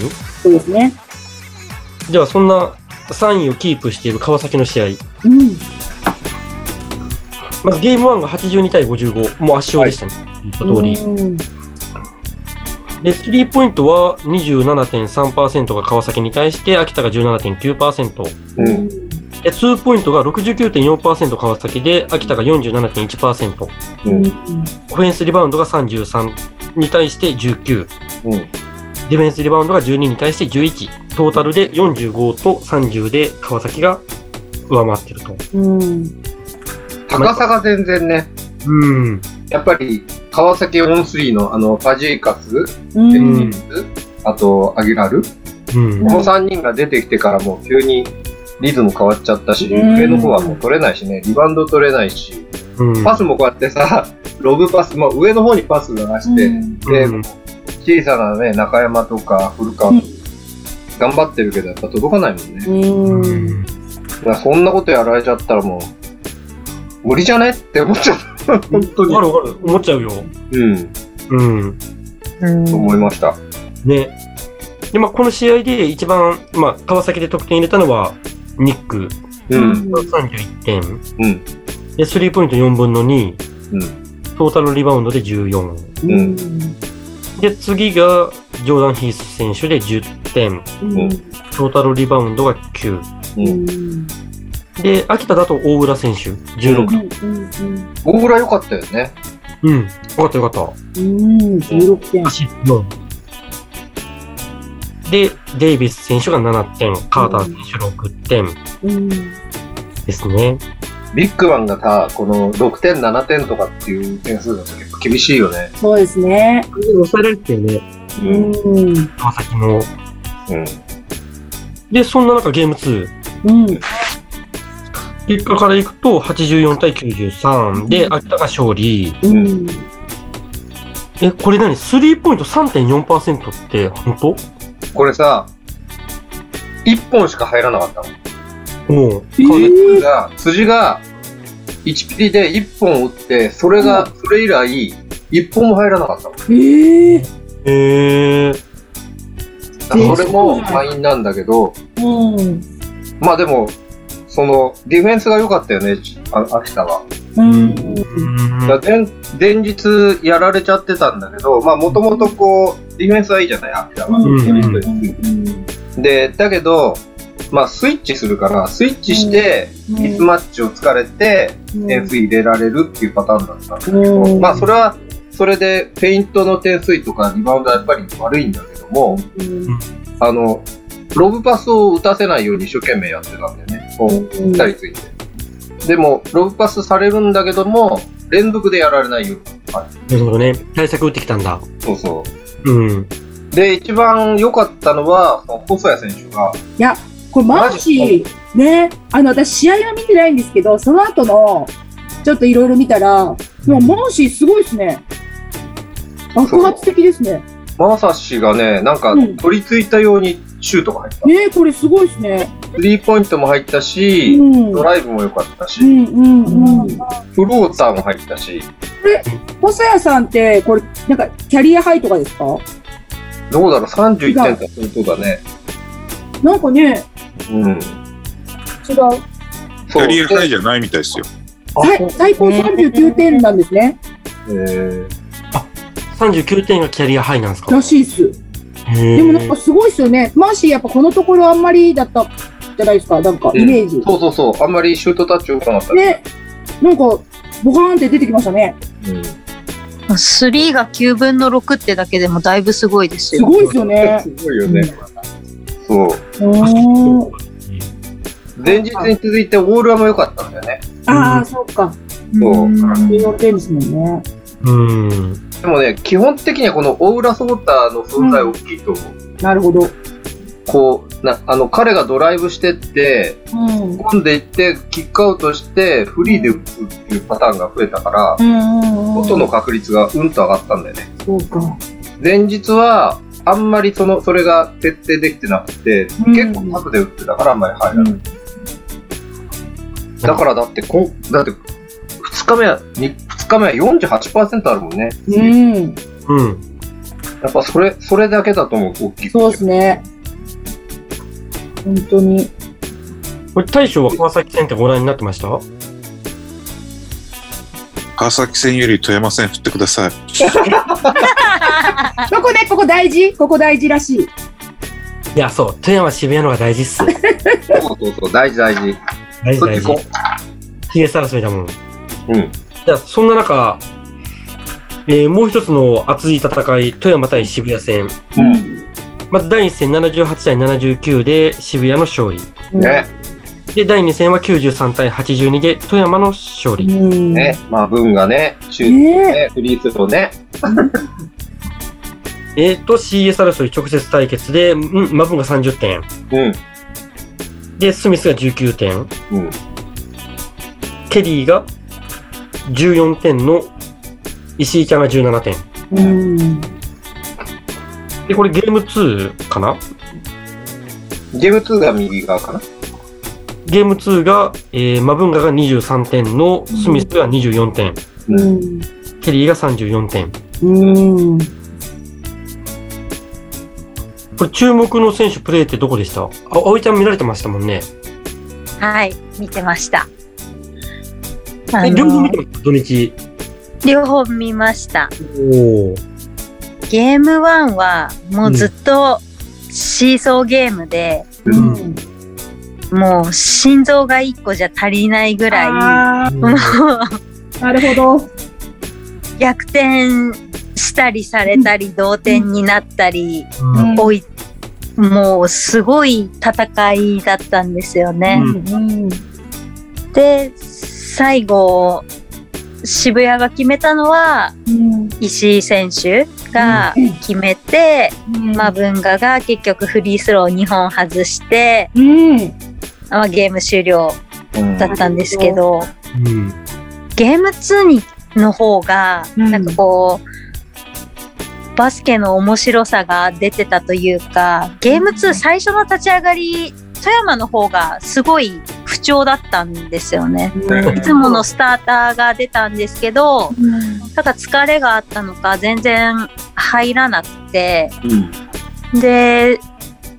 [SPEAKER 2] そうですね。
[SPEAKER 1] じゃあ、そんな3位をキープしている川崎の試合。
[SPEAKER 2] うん。
[SPEAKER 1] まずゲーム1が82対55。もう圧勝でしたね。一通り。
[SPEAKER 2] うん
[SPEAKER 1] で、スリーポイントは27.3%が川崎に対して、秋田が17.9%。
[SPEAKER 3] うん。
[SPEAKER 1] えツーポイントが69.4%川崎で、秋田が47.1%、オ
[SPEAKER 3] うん
[SPEAKER 1] フェンスリバウンドが33に対して19、
[SPEAKER 3] うん。
[SPEAKER 1] ディフェンスリバウンドが12に対して11、トータルで45と30で川崎が上回ってると。
[SPEAKER 2] うん。
[SPEAKER 3] 高さが全然ね、
[SPEAKER 1] うん。
[SPEAKER 3] やっぱり川崎オンスリーのあのパジーカス、
[SPEAKER 2] うん。
[SPEAKER 3] デ
[SPEAKER 2] う
[SPEAKER 3] ニ
[SPEAKER 2] ん。
[SPEAKER 3] ーズ、あとアギラル、
[SPEAKER 1] うん
[SPEAKER 3] こ。の3人が出てきてからもう急にリズム変わっちゃったし、
[SPEAKER 2] うん
[SPEAKER 3] 上の方はもう取れないしね、リバウンド取れないし、
[SPEAKER 1] うん。
[SPEAKER 3] パスもこうやってさ、 ロブパス、まあ、上の方にパス流して、で、
[SPEAKER 1] うん
[SPEAKER 3] 小さなね、中山とか古川、
[SPEAKER 2] うん
[SPEAKER 3] 頑張ってるけどやっぱ届かないもんね。
[SPEAKER 1] う
[SPEAKER 2] うん
[SPEAKER 1] ん。
[SPEAKER 3] だからそんなことやられちゃったらもう、無理じゃねって思っちゃった。本当
[SPEAKER 1] わかる
[SPEAKER 3] に。
[SPEAKER 1] わかる。思っちゃうよ。
[SPEAKER 3] うん、
[SPEAKER 1] うん。
[SPEAKER 4] うん
[SPEAKER 3] 思いました。
[SPEAKER 1] ね。で、まあ、この試合で一番、まあ、川崎で得点入れたのは、ニック、
[SPEAKER 3] うん、
[SPEAKER 1] 31点。
[SPEAKER 3] うん、
[SPEAKER 1] で、スリーポイント4分の2。
[SPEAKER 3] うん、
[SPEAKER 1] トータルリバウンドで14。
[SPEAKER 2] う
[SPEAKER 3] うんん。
[SPEAKER 1] で、次が、ジョーダン・ヒース選手で10点。
[SPEAKER 2] うん。
[SPEAKER 1] トータルリバウンドが9。
[SPEAKER 3] うん。
[SPEAKER 1] で、秋田だと大浦選手、16。
[SPEAKER 3] 大浦良かったよね。
[SPEAKER 1] うん。よかったよかっ
[SPEAKER 2] うん。16点
[SPEAKER 1] た。。シで、デイビス選手が7点、カーター選手6点
[SPEAKER 2] うん。
[SPEAKER 1] ですね。
[SPEAKER 3] ビッグマンがさ、この6点、7点とかっていう点数だと結構厳しいよね。
[SPEAKER 2] そうですね。
[SPEAKER 1] 抑えられてるね。
[SPEAKER 2] うん。うん。
[SPEAKER 1] 川崎も。
[SPEAKER 3] うん。
[SPEAKER 1] で、そんな中ゲーム2。結果からいくと、84対93で、秋田が勝利。
[SPEAKER 2] うん。
[SPEAKER 1] え、これ何スリーポイント3.4%って、本
[SPEAKER 3] これさ、1本しか入らなかったの。
[SPEAKER 1] 当もう、
[SPEAKER 2] え
[SPEAKER 3] 辻
[SPEAKER 2] ー
[SPEAKER 3] が、辻が1ピリで1本打って、それが、それ以来、1本も入らなかったの。
[SPEAKER 2] ええ
[SPEAKER 1] えー、
[SPEAKER 3] だからそれも敗因なんだけど、
[SPEAKER 2] うん。
[SPEAKER 3] まあでも、その、ディフェンスが良かったよね、あ秋田は。
[SPEAKER 2] うん。
[SPEAKER 3] だから前前日やられちゃってたんだけど、まあもともとこう、ディフェンスはいいじゃない、秋田は。
[SPEAKER 1] うん
[SPEAKER 3] ディフェンスはいいで、だけど、まあスイッチするから、スイッチして、ミスマッチを突かれて、点数入れられるっていうパターンだったんだけど、
[SPEAKER 2] うん
[SPEAKER 3] まあそれは、それで、フェイントの点数とかリバウンドはやっぱり悪いんだけども、あの、ロブパスを打たせないように一生懸命やってたんだよね。こう
[SPEAKER 2] うん
[SPEAKER 3] 二人ついて。でも、ロブパスされるんだけども、連続でやられないように。はい、
[SPEAKER 1] なるほどね。対策打ってきたんだ。
[SPEAKER 3] そうそ
[SPEAKER 1] うん。
[SPEAKER 3] う。で、一番良かったのは、その細谷選手が、
[SPEAKER 2] いや、これマジ、ね、あの、私試合は見てないんですけど、その後の、ちょっといろいろ見たら、もうマーシーすごいですね。爆発的ですね。
[SPEAKER 3] マーサシがね、なんか
[SPEAKER 2] うん
[SPEAKER 3] 取り付いたようにシュートが入った。
[SPEAKER 2] ねこれすごいですね。
[SPEAKER 3] スリーポイントも入った
[SPEAKER 2] う
[SPEAKER 3] し、
[SPEAKER 2] ん。う
[SPEAKER 3] ド
[SPEAKER 2] ん
[SPEAKER 3] ライブも良かったし、
[SPEAKER 2] うんうん。
[SPEAKER 3] フローターも入ったし、
[SPEAKER 2] 細谷さんって、これ、なんか、キャリアハイとかですか
[SPEAKER 3] どうだろう、31点って本当だね。
[SPEAKER 2] なんかね、
[SPEAKER 3] うん。
[SPEAKER 2] 違う。
[SPEAKER 5] キ
[SPEAKER 3] そ
[SPEAKER 5] ャ
[SPEAKER 3] う。
[SPEAKER 5] リアハイ
[SPEAKER 3] で
[SPEAKER 5] じゃないみたいですよ。
[SPEAKER 2] 最最高39点なんですね。。
[SPEAKER 3] えー
[SPEAKER 1] 39点がキャリアハイなんですから
[SPEAKER 2] しいっす。
[SPEAKER 1] へ
[SPEAKER 2] でもなん
[SPEAKER 1] ー
[SPEAKER 2] かすごいっすよね。マーシーやっぱこのところあんまりだったじゃないですか。なんかイメージ。
[SPEAKER 3] そうそうそう、あんまりシュートタッチ良くなかった。
[SPEAKER 2] ね、なんか、ボカーンって出てきましたね。
[SPEAKER 3] うん
[SPEAKER 4] スリーが9分の6ってだけでもだいぶすごいです
[SPEAKER 2] す
[SPEAKER 4] よ。
[SPEAKER 2] ごいですよね。
[SPEAKER 3] すごいよね。そう。
[SPEAKER 2] うーん
[SPEAKER 3] 前日に続いてオールアも良かったんだよね。
[SPEAKER 2] ああ、そうか。
[SPEAKER 3] そう
[SPEAKER 4] うん
[SPEAKER 2] 14点ですもんね。
[SPEAKER 1] うん。
[SPEAKER 3] でもね、基本的にはこの大浦ソーターの存在大きいと思う。
[SPEAKER 2] なるほど。
[SPEAKER 3] こうな、あの、彼がドライブしてって、
[SPEAKER 2] うん。うん
[SPEAKER 3] 込んでいって、キックアウトして、フリーで打つっていうパターンが増えたから、
[SPEAKER 2] うんうん。
[SPEAKER 3] 外の確率がうんと上がったんだよね。
[SPEAKER 2] そうか。
[SPEAKER 3] 前日は、あんまりその、それが徹底できてなくて、
[SPEAKER 2] うん
[SPEAKER 3] 結構タフで打ってたからあんまり入らない。だからだってこん、だって、二日目は、に二日目は48%あるもんね。
[SPEAKER 2] うん。
[SPEAKER 1] うん。
[SPEAKER 3] やっぱそれ、それだけだと思う、大きい。
[SPEAKER 2] そうですね。本当に。
[SPEAKER 1] これ、大将は川崎戦ってご覧になってました
[SPEAKER 5] 川崎戦より富山戦振ってください。
[SPEAKER 2] ここね、ここ大事ここ大事らしい。
[SPEAKER 1] いや、そう。富山渋谷のが大事っす。
[SPEAKER 3] そうそうそう、大事大事。
[SPEAKER 1] 大事
[SPEAKER 3] そっ
[SPEAKER 1] 大
[SPEAKER 3] ち
[SPEAKER 1] 事
[SPEAKER 3] 行こ。
[SPEAKER 1] ヒゲ争いだもん。
[SPEAKER 3] う。うん。
[SPEAKER 1] じゃあ、そんな中、えーもう一つの熱い戦い、富山対渋谷戦。
[SPEAKER 3] うん。
[SPEAKER 1] まず第1戦78対79で渋谷の勝利。
[SPEAKER 3] ね。
[SPEAKER 1] で、第2戦は93対82で富山の勝利。
[SPEAKER 2] うん。
[SPEAKER 3] ね。まあ、文がね、シュート
[SPEAKER 2] ね
[SPEAKER 3] ね、フリースローね。
[SPEAKER 1] えーと、CS 争い直接対決で、うん、マブンが30点。
[SPEAKER 3] う
[SPEAKER 1] で、スミスが19点。
[SPEAKER 3] ん。うん。
[SPEAKER 1] ケリーが14点の石井ちゃんが17点。
[SPEAKER 2] うん。
[SPEAKER 1] で、これゲーム2かな
[SPEAKER 3] ゲーム2が右側かな。
[SPEAKER 1] ゲーム2が、えーマブンガが23点のスミスが24点、
[SPEAKER 2] うん。
[SPEAKER 1] ケリーが34点。
[SPEAKER 2] うん。
[SPEAKER 1] これ注目の選手プレーってどこでしたあ、葵ちゃん見られてましたもんね。
[SPEAKER 4] はい、見てました。あ
[SPEAKER 1] え、
[SPEAKER 4] の
[SPEAKER 1] 両方見てました、土日。
[SPEAKER 4] 両方見ました。
[SPEAKER 1] おお。
[SPEAKER 4] ゲーム1はもうずっとシーソーゲームで、
[SPEAKER 1] うん
[SPEAKER 4] もう心臓が1個じゃ足りないぐらい、
[SPEAKER 2] あ
[SPEAKER 4] もう
[SPEAKER 2] ーなるほど。
[SPEAKER 4] 逆転したりされたり、同点になったり、
[SPEAKER 1] うん
[SPEAKER 4] おいもうすごい戦いだったんですよね。
[SPEAKER 2] うん。
[SPEAKER 4] で、最後、渋谷が決めたのは、
[SPEAKER 2] うん。
[SPEAKER 4] 石井選手が決めて、まあ、文雅が結局フリースロー2本外して、
[SPEAKER 2] うん。
[SPEAKER 4] まあ、ゲーム終了
[SPEAKER 3] うん
[SPEAKER 4] だったんですけど、
[SPEAKER 1] うん。
[SPEAKER 4] ゲーム2にの方が、
[SPEAKER 2] うん
[SPEAKER 4] なんかこう、バスケの面白さが出てたというか、ゲーム2最初の立ち上がり、富山の方がすごい不調だったんですよね。いつものスターターが出たんですけど、なんか疲れがあったのか全然入らなくて、
[SPEAKER 3] うん。
[SPEAKER 4] で、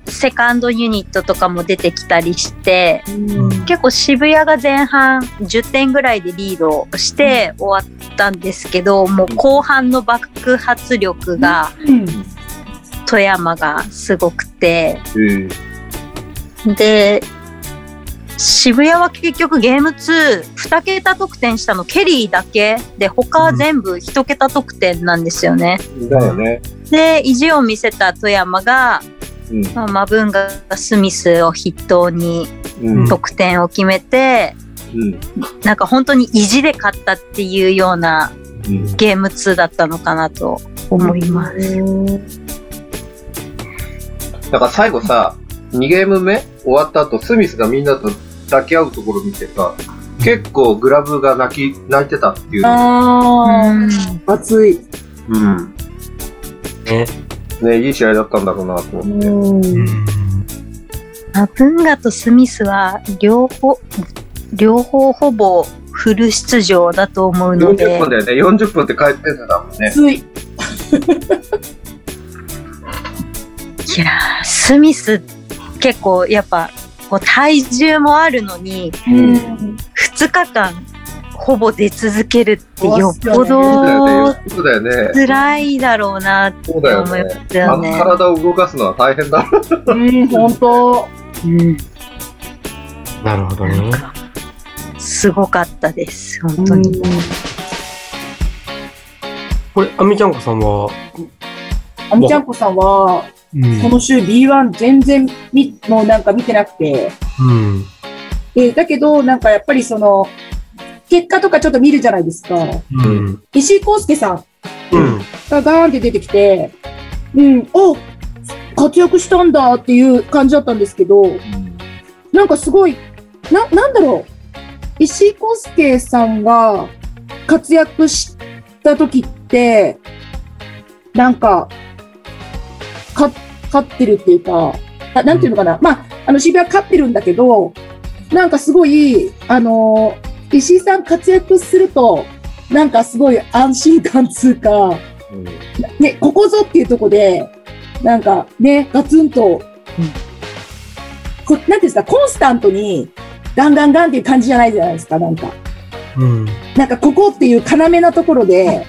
[SPEAKER 4] セカンドユニットとかも出てきたりして、
[SPEAKER 2] うん。
[SPEAKER 4] 結構渋谷が前半10点ぐらいでリードして終わったんですけど、もう後半の爆発力が
[SPEAKER 2] うん。
[SPEAKER 4] 富山がすごくて、
[SPEAKER 3] うん。
[SPEAKER 4] で、渋谷は結局ゲーム2、2桁得点したのケリーだけで、他は全部1桁得点なんですよね。
[SPEAKER 3] だよね。
[SPEAKER 4] で、意地を見せた富山が、
[SPEAKER 3] うん。
[SPEAKER 4] まあ、マブンガスミスを筆頭に
[SPEAKER 3] うん。
[SPEAKER 4] 得点を決めて、
[SPEAKER 3] うん。
[SPEAKER 4] なんか本当に意地で勝ったっていうような
[SPEAKER 3] うん。
[SPEAKER 4] ゲーム2だったのかなと思います。
[SPEAKER 3] だから最後さ、2ゲーム目終わった後、スミスがみんなと抱き合うところ見てさ、結構グラブが泣き、泣いてたっていう。
[SPEAKER 2] あ
[SPEAKER 4] うん
[SPEAKER 2] あ。熱い。
[SPEAKER 3] うん。
[SPEAKER 1] ね。
[SPEAKER 3] ね、いい試合だったんだろうなと思って。
[SPEAKER 2] うん。
[SPEAKER 4] マブンガとスミスは両方、両方ほぼフル出場だと思うの
[SPEAKER 3] 40
[SPEAKER 4] で
[SPEAKER 3] 分、だよね。40分って回転数だもんね。
[SPEAKER 2] 熱い。
[SPEAKER 4] いやースミス結構やっぱこう体重もあるのに、
[SPEAKER 2] うん。
[SPEAKER 4] 2日間ほぼ出続けるってよっ
[SPEAKER 3] そ
[SPEAKER 4] ぽ
[SPEAKER 3] うだよ
[SPEAKER 4] ど
[SPEAKER 3] ね。そうだよね。
[SPEAKER 4] 辛いだろうなって
[SPEAKER 3] そう
[SPEAKER 4] 思
[SPEAKER 3] だ
[SPEAKER 4] い
[SPEAKER 3] よ
[SPEAKER 4] ますよ
[SPEAKER 3] ね
[SPEAKER 4] ね。。
[SPEAKER 3] あの体を動かすのは大変だ。
[SPEAKER 2] うん、本当。
[SPEAKER 4] うん
[SPEAKER 1] なるほど
[SPEAKER 4] なん
[SPEAKER 1] ね。
[SPEAKER 4] かすごかったです、本当に。
[SPEAKER 1] これ、アミちゃんこさんは、
[SPEAKER 2] あみちゃんこさんは、
[SPEAKER 1] うん
[SPEAKER 2] この週 B1 全然み、もうなんか見てなくて。
[SPEAKER 1] うん。
[SPEAKER 2] で、だけど、なんかやっぱりその、結果とかちょっと見るじゃないですか。
[SPEAKER 1] うん。
[SPEAKER 2] 石井康介さん
[SPEAKER 1] うん。
[SPEAKER 2] がガーンって出てきて、うん、お活躍したんだっていう感じだったんですけど、なんかすごい、な、なんだろう。石井康介さんが活躍した時って、なんか、か、勝ってるっていうか、ななんていうのかな。まあ、あの、渋谷勝ってるんだけど、なんかすごい、あのー石井さん活躍すると、なんかすごい安心感つうか、ね、ここぞっていうとこで、なんかね、ガツンと、こなんていうんですか、コンスタントに、ガンガンガンっていう感じじゃないじゃないですか、なんか。
[SPEAKER 1] うん。
[SPEAKER 2] なんかここっていう要なところで、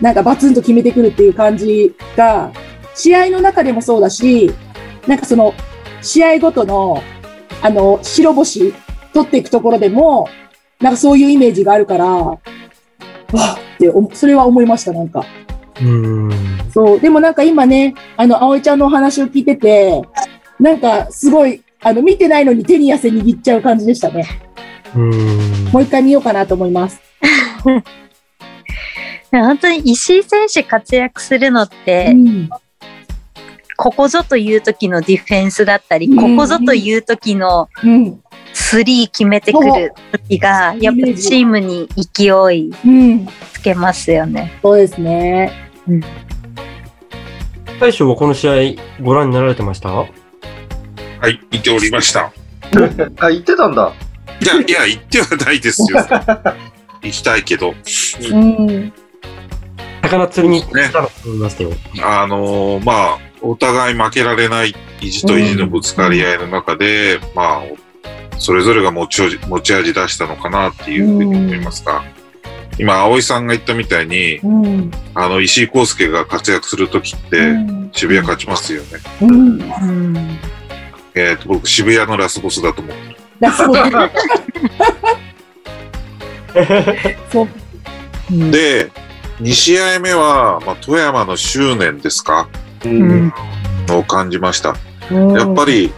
[SPEAKER 2] なんかバツンと決めてくるっていう感じが、試合の中でもそうだし、なんかその、試合ごとの、あの、白星取っていくところでも、なんかそういうイメージがあるから、わあってお、それは思いました、なんか。
[SPEAKER 1] うん。
[SPEAKER 2] そう。でもなんか今ね、あの、葵ちゃんのお話を聞いてて、なんかすごい、あの、見てないのに手に汗握っちゃう感じでしたね。
[SPEAKER 1] うん。
[SPEAKER 2] もう一回見ようかなと思います。
[SPEAKER 4] 本当に石井選手活躍するのって、
[SPEAKER 2] うん
[SPEAKER 4] ここぞという時のディフェンスだったり、
[SPEAKER 2] うん
[SPEAKER 4] ここぞという時の
[SPEAKER 2] うん。
[SPEAKER 4] スリー決めてくる時が、やっぱチームに勢い
[SPEAKER 2] うん。
[SPEAKER 4] つけますよね。
[SPEAKER 2] そうですね。
[SPEAKER 1] 大将はこの試合ご覧になられてましたは
[SPEAKER 5] はい、行っておりました。
[SPEAKER 3] あ、言ってたんだ。
[SPEAKER 5] いや、いや、行ってはないですよ。行きたいけど、
[SPEAKER 2] うん。
[SPEAKER 1] 魚釣りに行ったらと思いましたよ。
[SPEAKER 5] あのーまあ、お互い負けられない意地と意地のぶつかり合いの中で、まあ、それぞれが持ち味持ち味出したのかなっていうふうに思いますが、今、葵さんが言ったみたいに、
[SPEAKER 2] うん。
[SPEAKER 5] あの、石井康介が活躍するときって、
[SPEAKER 2] うん
[SPEAKER 5] 渋谷勝ちますよね。
[SPEAKER 2] うん。
[SPEAKER 4] うん。
[SPEAKER 5] えっ、と、僕、渋谷のラスボスだと思ってる。
[SPEAKER 2] だ そう。そう。
[SPEAKER 4] うん
[SPEAKER 5] で、2試合目は、まあ、富山の執念ですか
[SPEAKER 3] う
[SPEAKER 4] うん。
[SPEAKER 5] を感じました。
[SPEAKER 2] うん
[SPEAKER 5] やっぱ。り、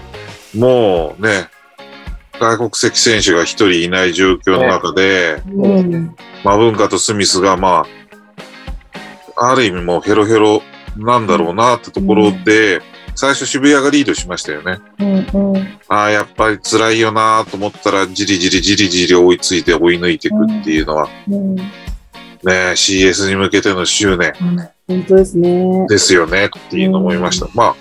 [SPEAKER 5] もうね、外国籍選手が一人いない状況の中で、
[SPEAKER 2] うん。
[SPEAKER 5] マブンカとスミスが、まあ、ある意味もうヘロヘロなんだろうなってところで、最初渋谷がリードしましたよね。
[SPEAKER 2] うん。うん。
[SPEAKER 5] ああ、やっぱり辛いよなと思ったら、じりじりじりじり追いついて追い抜いていくっていうのは、
[SPEAKER 2] うん。
[SPEAKER 5] ね、CS に向けての執念
[SPEAKER 2] 本当ですね。
[SPEAKER 5] ですよねっていうのを思いました。ま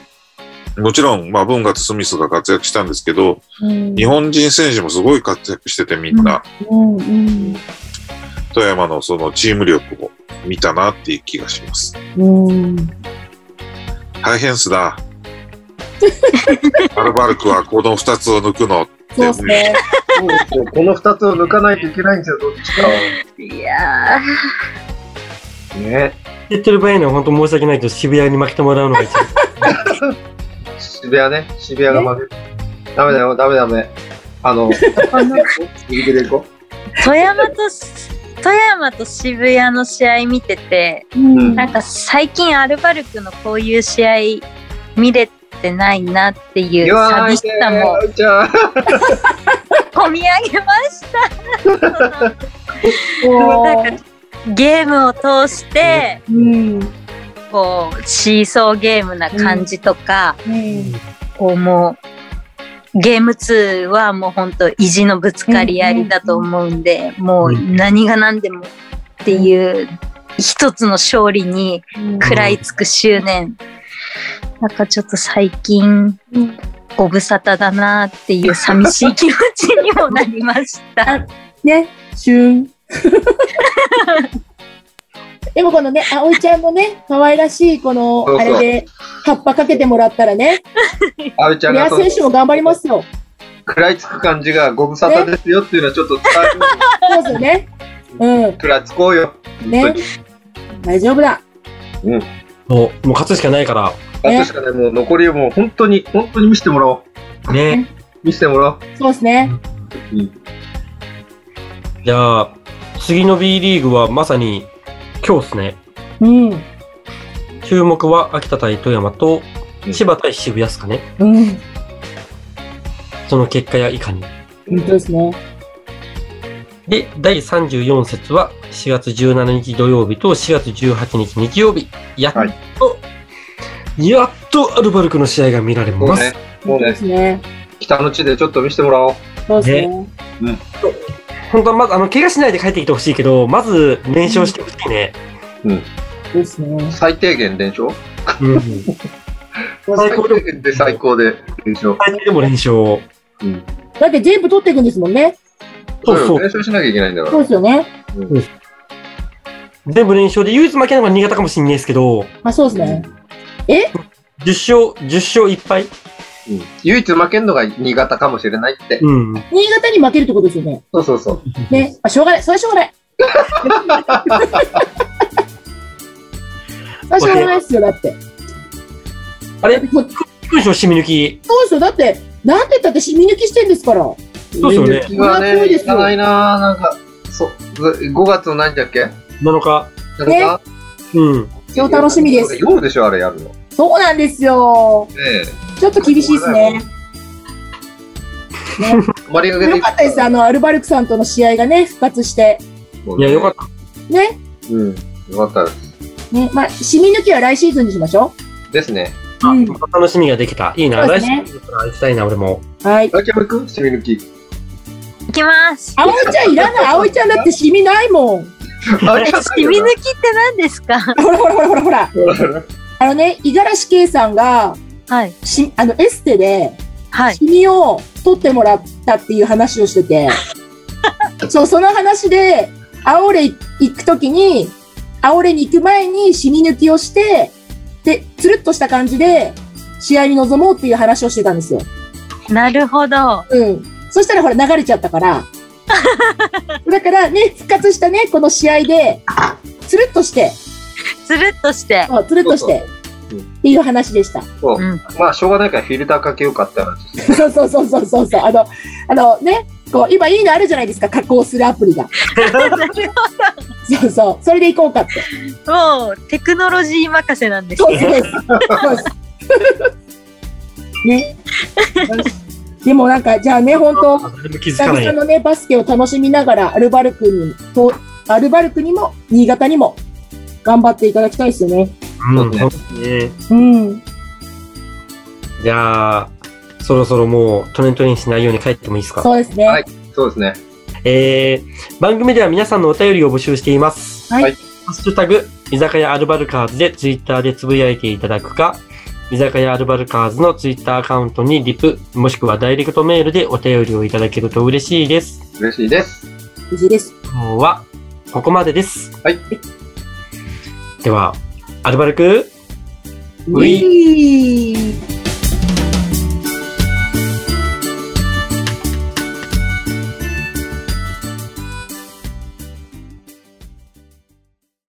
[SPEAKER 5] あ、もちろん、まあ、ブンガとスミスが活躍したんですけど、
[SPEAKER 2] うん
[SPEAKER 5] 日本人選手もすごい活躍しててみんな、
[SPEAKER 2] うん。うん。
[SPEAKER 5] 富山のそのチーム力を見たなっていう気がします。
[SPEAKER 2] うん。
[SPEAKER 5] 大変っすな。アルバルクはこの2つを抜くの。
[SPEAKER 2] そうですね。
[SPEAKER 3] そうこの二つを抜かないといけないんですよ、どっちかを
[SPEAKER 4] いやー、
[SPEAKER 3] ね。
[SPEAKER 1] 言ってる場合には本当申し訳ないけど、渋谷に負けてもらうのが一 番。
[SPEAKER 3] 渋谷ね、渋谷が負ける。ダメだよ、ダメダメ。あの、右手でいこ
[SPEAKER 4] 富山と、富山と渋谷の試合見てて、
[SPEAKER 2] うん。
[SPEAKER 4] なんか最近アルバルクのこういう試合見れてないなっ
[SPEAKER 3] う。
[SPEAKER 4] ていう
[SPEAKER 3] 言わない
[SPEAKER 4] 寂し
[SPEAKER 3] で
[SPEAKER 4] さも、
[SPEAKER 3] じゃあ、
[SPEAKER 4] 込み上げました。 そのなんかゲームを通して、
[SPEAKER 2] うん。
[SPEAKER 4] こう、シーソーゲームな感じとか、
[SPEAKER 2] うん。
[SPEAKER 4] こうもう、ゲーム2はもう本当意地のぶつかり合いだと思うんで、もう何が何でもっていう一つの勝利に食らいつく執念。なんかちょっと最近、ご無沙汰だなっていう寂しい気持ちにもなりま した。
[SPEAKER 2] ね、旬。でもこのね、葵ちゃんのね、可愛らしいこの、
[SPEAKER 3] そう
[SPEAKER 2] あ
[SPEAKER 3] そう
[SPEAKER 2] れで、葉っぱかけてもらったらね、
[SPEAKER 3] 阿部ちゃん
[SPEAKER 2] レ
[SPEAKER 3] が
[SPEAKER 2] ア
[SPEAKER 3] その
[SPEAKER 2] 選手も頑張りますよ。
[SPEAKER 3] 食らいつく感じがご無沙汰ですよっていうのはちょっと伝わる。
[SPEAKER 2] そうですよね。う
[SPEAKER 3] 食らいつこうよ。
[SPEAKER 2] ん。ね。大丈夫だ。
[SPEAKER 1] もう、もう勝つしかないから。
[SPEAKER 3] あとしかね、もう残りをもう本当に、本当に見せてもらおう。
[SPEAKER 1] ね。
[SPEAKER 3] 見せてもらおう。
[SPEAKER 2] そうですね。
[SPEAKER 1] じゃあ、次の B リーグはまさに今日ですね。
[SPEAKER 2] うん。
[SPEAKER 1] 注目は秋田対富山と
[SPEAKER 3] うん
[SPEAKER 1] 千葉対渋谷ですかね。
[SPEAKER 2] うん。
[SPEAKER 1] その結果やいかに。
[SPEAKER 2] 本当ですね。
[SPEAKER 1] で、第34節は4月17日土曜日と4月18日日曜日。やっと、
[SPEAKER 3] は
[SPEAKER 1] やっとアルバルクの試合が見られ
[SPEAKER 3] も
[SPEAKER 1] ま
[SPEAKER 3] う
[SPEAKER 1] す。
[SPEAKER 3] ね、
[SPEAKER 2] そう
[SPEAKER 3] も
[SPEAKER 2] うで
[SPEAKER 3] ね、
[SPEAKER 2] すね。
[SPEAKER 3] 北の地でちょっと見せてもらおう。
[SPEAKER 2] そうですね。
[SPEAKER 1] 本当はまず、あの、怪我しないで帰ってきてほしいけど、まず、連勝してほしいね。
[SPEAKER 2] そうですね。
[SPEAKER 3] 最低限連勝
[SPEAKER 1] うん。
[SPEAKER 3] 最低限で最高で連勝。
[SPEAKER 1] 最低でも連勝。
[SPEAKER 2] だって全部取っていくんですもんね。
[SPEAKER 1] そうそう
[SPEAKER 3] 連勝しなきゃいけないんだか
[SPEAKER 2] そう
[SPEAKER 3] ら。
[SPEAKER 2] ですよね。
[SPEAKER 1] 全部連勝で、唯一負けなのが新潟かもしれないですけど、
[SPEAKER 2] まあそうですね。
[SPEAKER 1] 10勝、10勝1敗。
[SPEAKER 3] うん唯一負けんのが新潟かもしれないって。
[SPEAKER 1] うん。
[SPEAKER 2] 新潟に負けるってことですよね。
[SPEAKER 3] そうそうそう。
[SPEAKER 2] ね。あ、しょうがない。それはしょうが ない。それはしょうがないですよ、だって。
[SPEAKER 1] あれ
[SPEAKER 2] そう
[SPEAKER 1] 文章、シミ抜き。
[SPEAKER 2] ですよ。だって、なんて言ったって染み抜きしてんですから。
[SPEAKER 1] そうですよね
[SPEAKER 3] 雪が
[SPEAKER 2] これは強
[SPEAKER 3] ね、
[SPEAKER 2] いで
[SPEAKER 3] 行
[SPEAKER 2] すよ
[SPEAKER 3] かないななんか、そう、5月の何だっけ
[SPEAKER 1] 7日。
[SPEAKER 3] なんか
[SPEAKER 1] うん。
[SPEAKER 2] 今日楽しみです。
[SPEAKER 3] 夜でしょ、あれやるの。ね
[SPEAKER 2] そうなんですよ。
[SPEAKER 3] え
[SPEAKER 2] ちょっと厳しいですね。
[SPEAKER 3] 泊まりがけで
[SPEAKER 2] よかった です。あの、アルバルクさんとの試合がね、復活して。
[SPEAKER 3] もう
[SPEAKER 1] い
[SPEAKER 3] ね
[SPEAKER 1] や、よかった。
[SPEAKER 2] ね。
[SPEAKER 3] うん、よかったです。
[SPEAKER 2] ね。まあ、シミ抜きは来シーズンにしましょ
[SPEAKER 3] ですね。
[SPEAKER 2] う。うん。
[SPEAKER 1] また楽しみができた。いいな。
[SPEAKER 2] そう
[SPEAKER 1] 来
[SPEAKER 2] です
[SPEAKER 1] 週
[SPEAKER 2] ね
[SPEAKER 1] 行きたいな、俺も。
[SPEAKER 2] はい。
[SPEAKER 3] あ、キャブくん、染み抜き。
[SPEAKER 4] 行き ます。
[SPEAKER 2] 葵ちゃんいら ない。葵ちゃんだってシミないもん。
[SPEAKER 3] あ
[SPEAKER 4] え、
[SPEAKER 3] れ
[SPEAKER 4] 染み抜きって何ですか
[SPEAKER 2] ほらほらほらほらほら。
[SPEAKER 3] き。
[SPEAKER 2] あのね、五十嵐圭さんが、
[SPEAKER 4] はい。
[SPEAKER 2] しあの、エステで、
[SPEAKER 4] はい。
[SPEAKER 2] シミを取ってもらったっていう話をして て、そう、その話で、アオレ行くときに、アオレに行く前にシミ抜きをして、で、つるっとした感じで、試合に臨もうっていう話をしてたんですよ。
[SPEAKER 4] なるほど。
[SPEAKER 2] うん。そしたらほら流れちゃった から。だからね、復活したね、この試合で、つるっとして、
[SPEAKER 4] つるっと して。
[SPEAKER 2] そうつるっとして、
[SPEAKER 3] そうそううん
[SPEAKER 2] っていう話でした。
[SPEAKER 3] そう
[SPEAKER 4] うん。
[SPEAKER 3] まあ、しょうがないからフィルターかけようかって話ですね。
[SPEAKER 2] そうそうそうそうそうそう。あの、あのね、こう、今いいのあるじゃないですか、加工するアプリが。
[SPEAKER 4] なる
[SPEAKER 2] そうそう。それで行こうかって。
[SPEAKER 4] ほど。もう、テクノロジー任せなんです
[SPEAKER 2] そう
[SPEAKER 4] ね。
[SPEAKER 2] そうです。そうですね。でもなんか、じゃあね、本当
[SPEAKER 1] 誰も気づ
[SPEAKER 2] 久
[SPEAKER 1] かな
[SPEAKER 2] 々
[SPEAKER 1] い。
[SPEAKER 2] のね、バスケを楽しみながら、アルバルクに、と、アルバルクにも、新潟にも、頑張っていただきたいですよね。
[SPEAKER 1] うん、本当にね。
[SPEAKER 2] うん。
[SPEAKER 1] じゃあ、そろそろもうトレントインしないように帰ってもいいですか。
[SPEAKER 2] そうですね。
[SPEAKER 3] はいそうですね。
[SPEAKER 1] えー、番組では皆さんのお便りを募集しています。
[SPEAKER 2] はい
[SPEAKER 3] はい
[SPEAKER 1] ハッシュタグ、居酒屋アルバルカーズでツイッターでつぶやいていただくか、居酒屋アルバルカーズのツイッターアカウントにリプ、もしくはダイレクトメールでお便りをいただけると嬉しいです。
[SPEAKER 3] 嬉しいです。
[SPEAKER 2] 無事です。
[SPEAKER 1] 今日は、ここまでです。
[SPEAKER 3] はい。
[SPEAKER 1] では、アルバルク
[SPEAKER 2] ウィー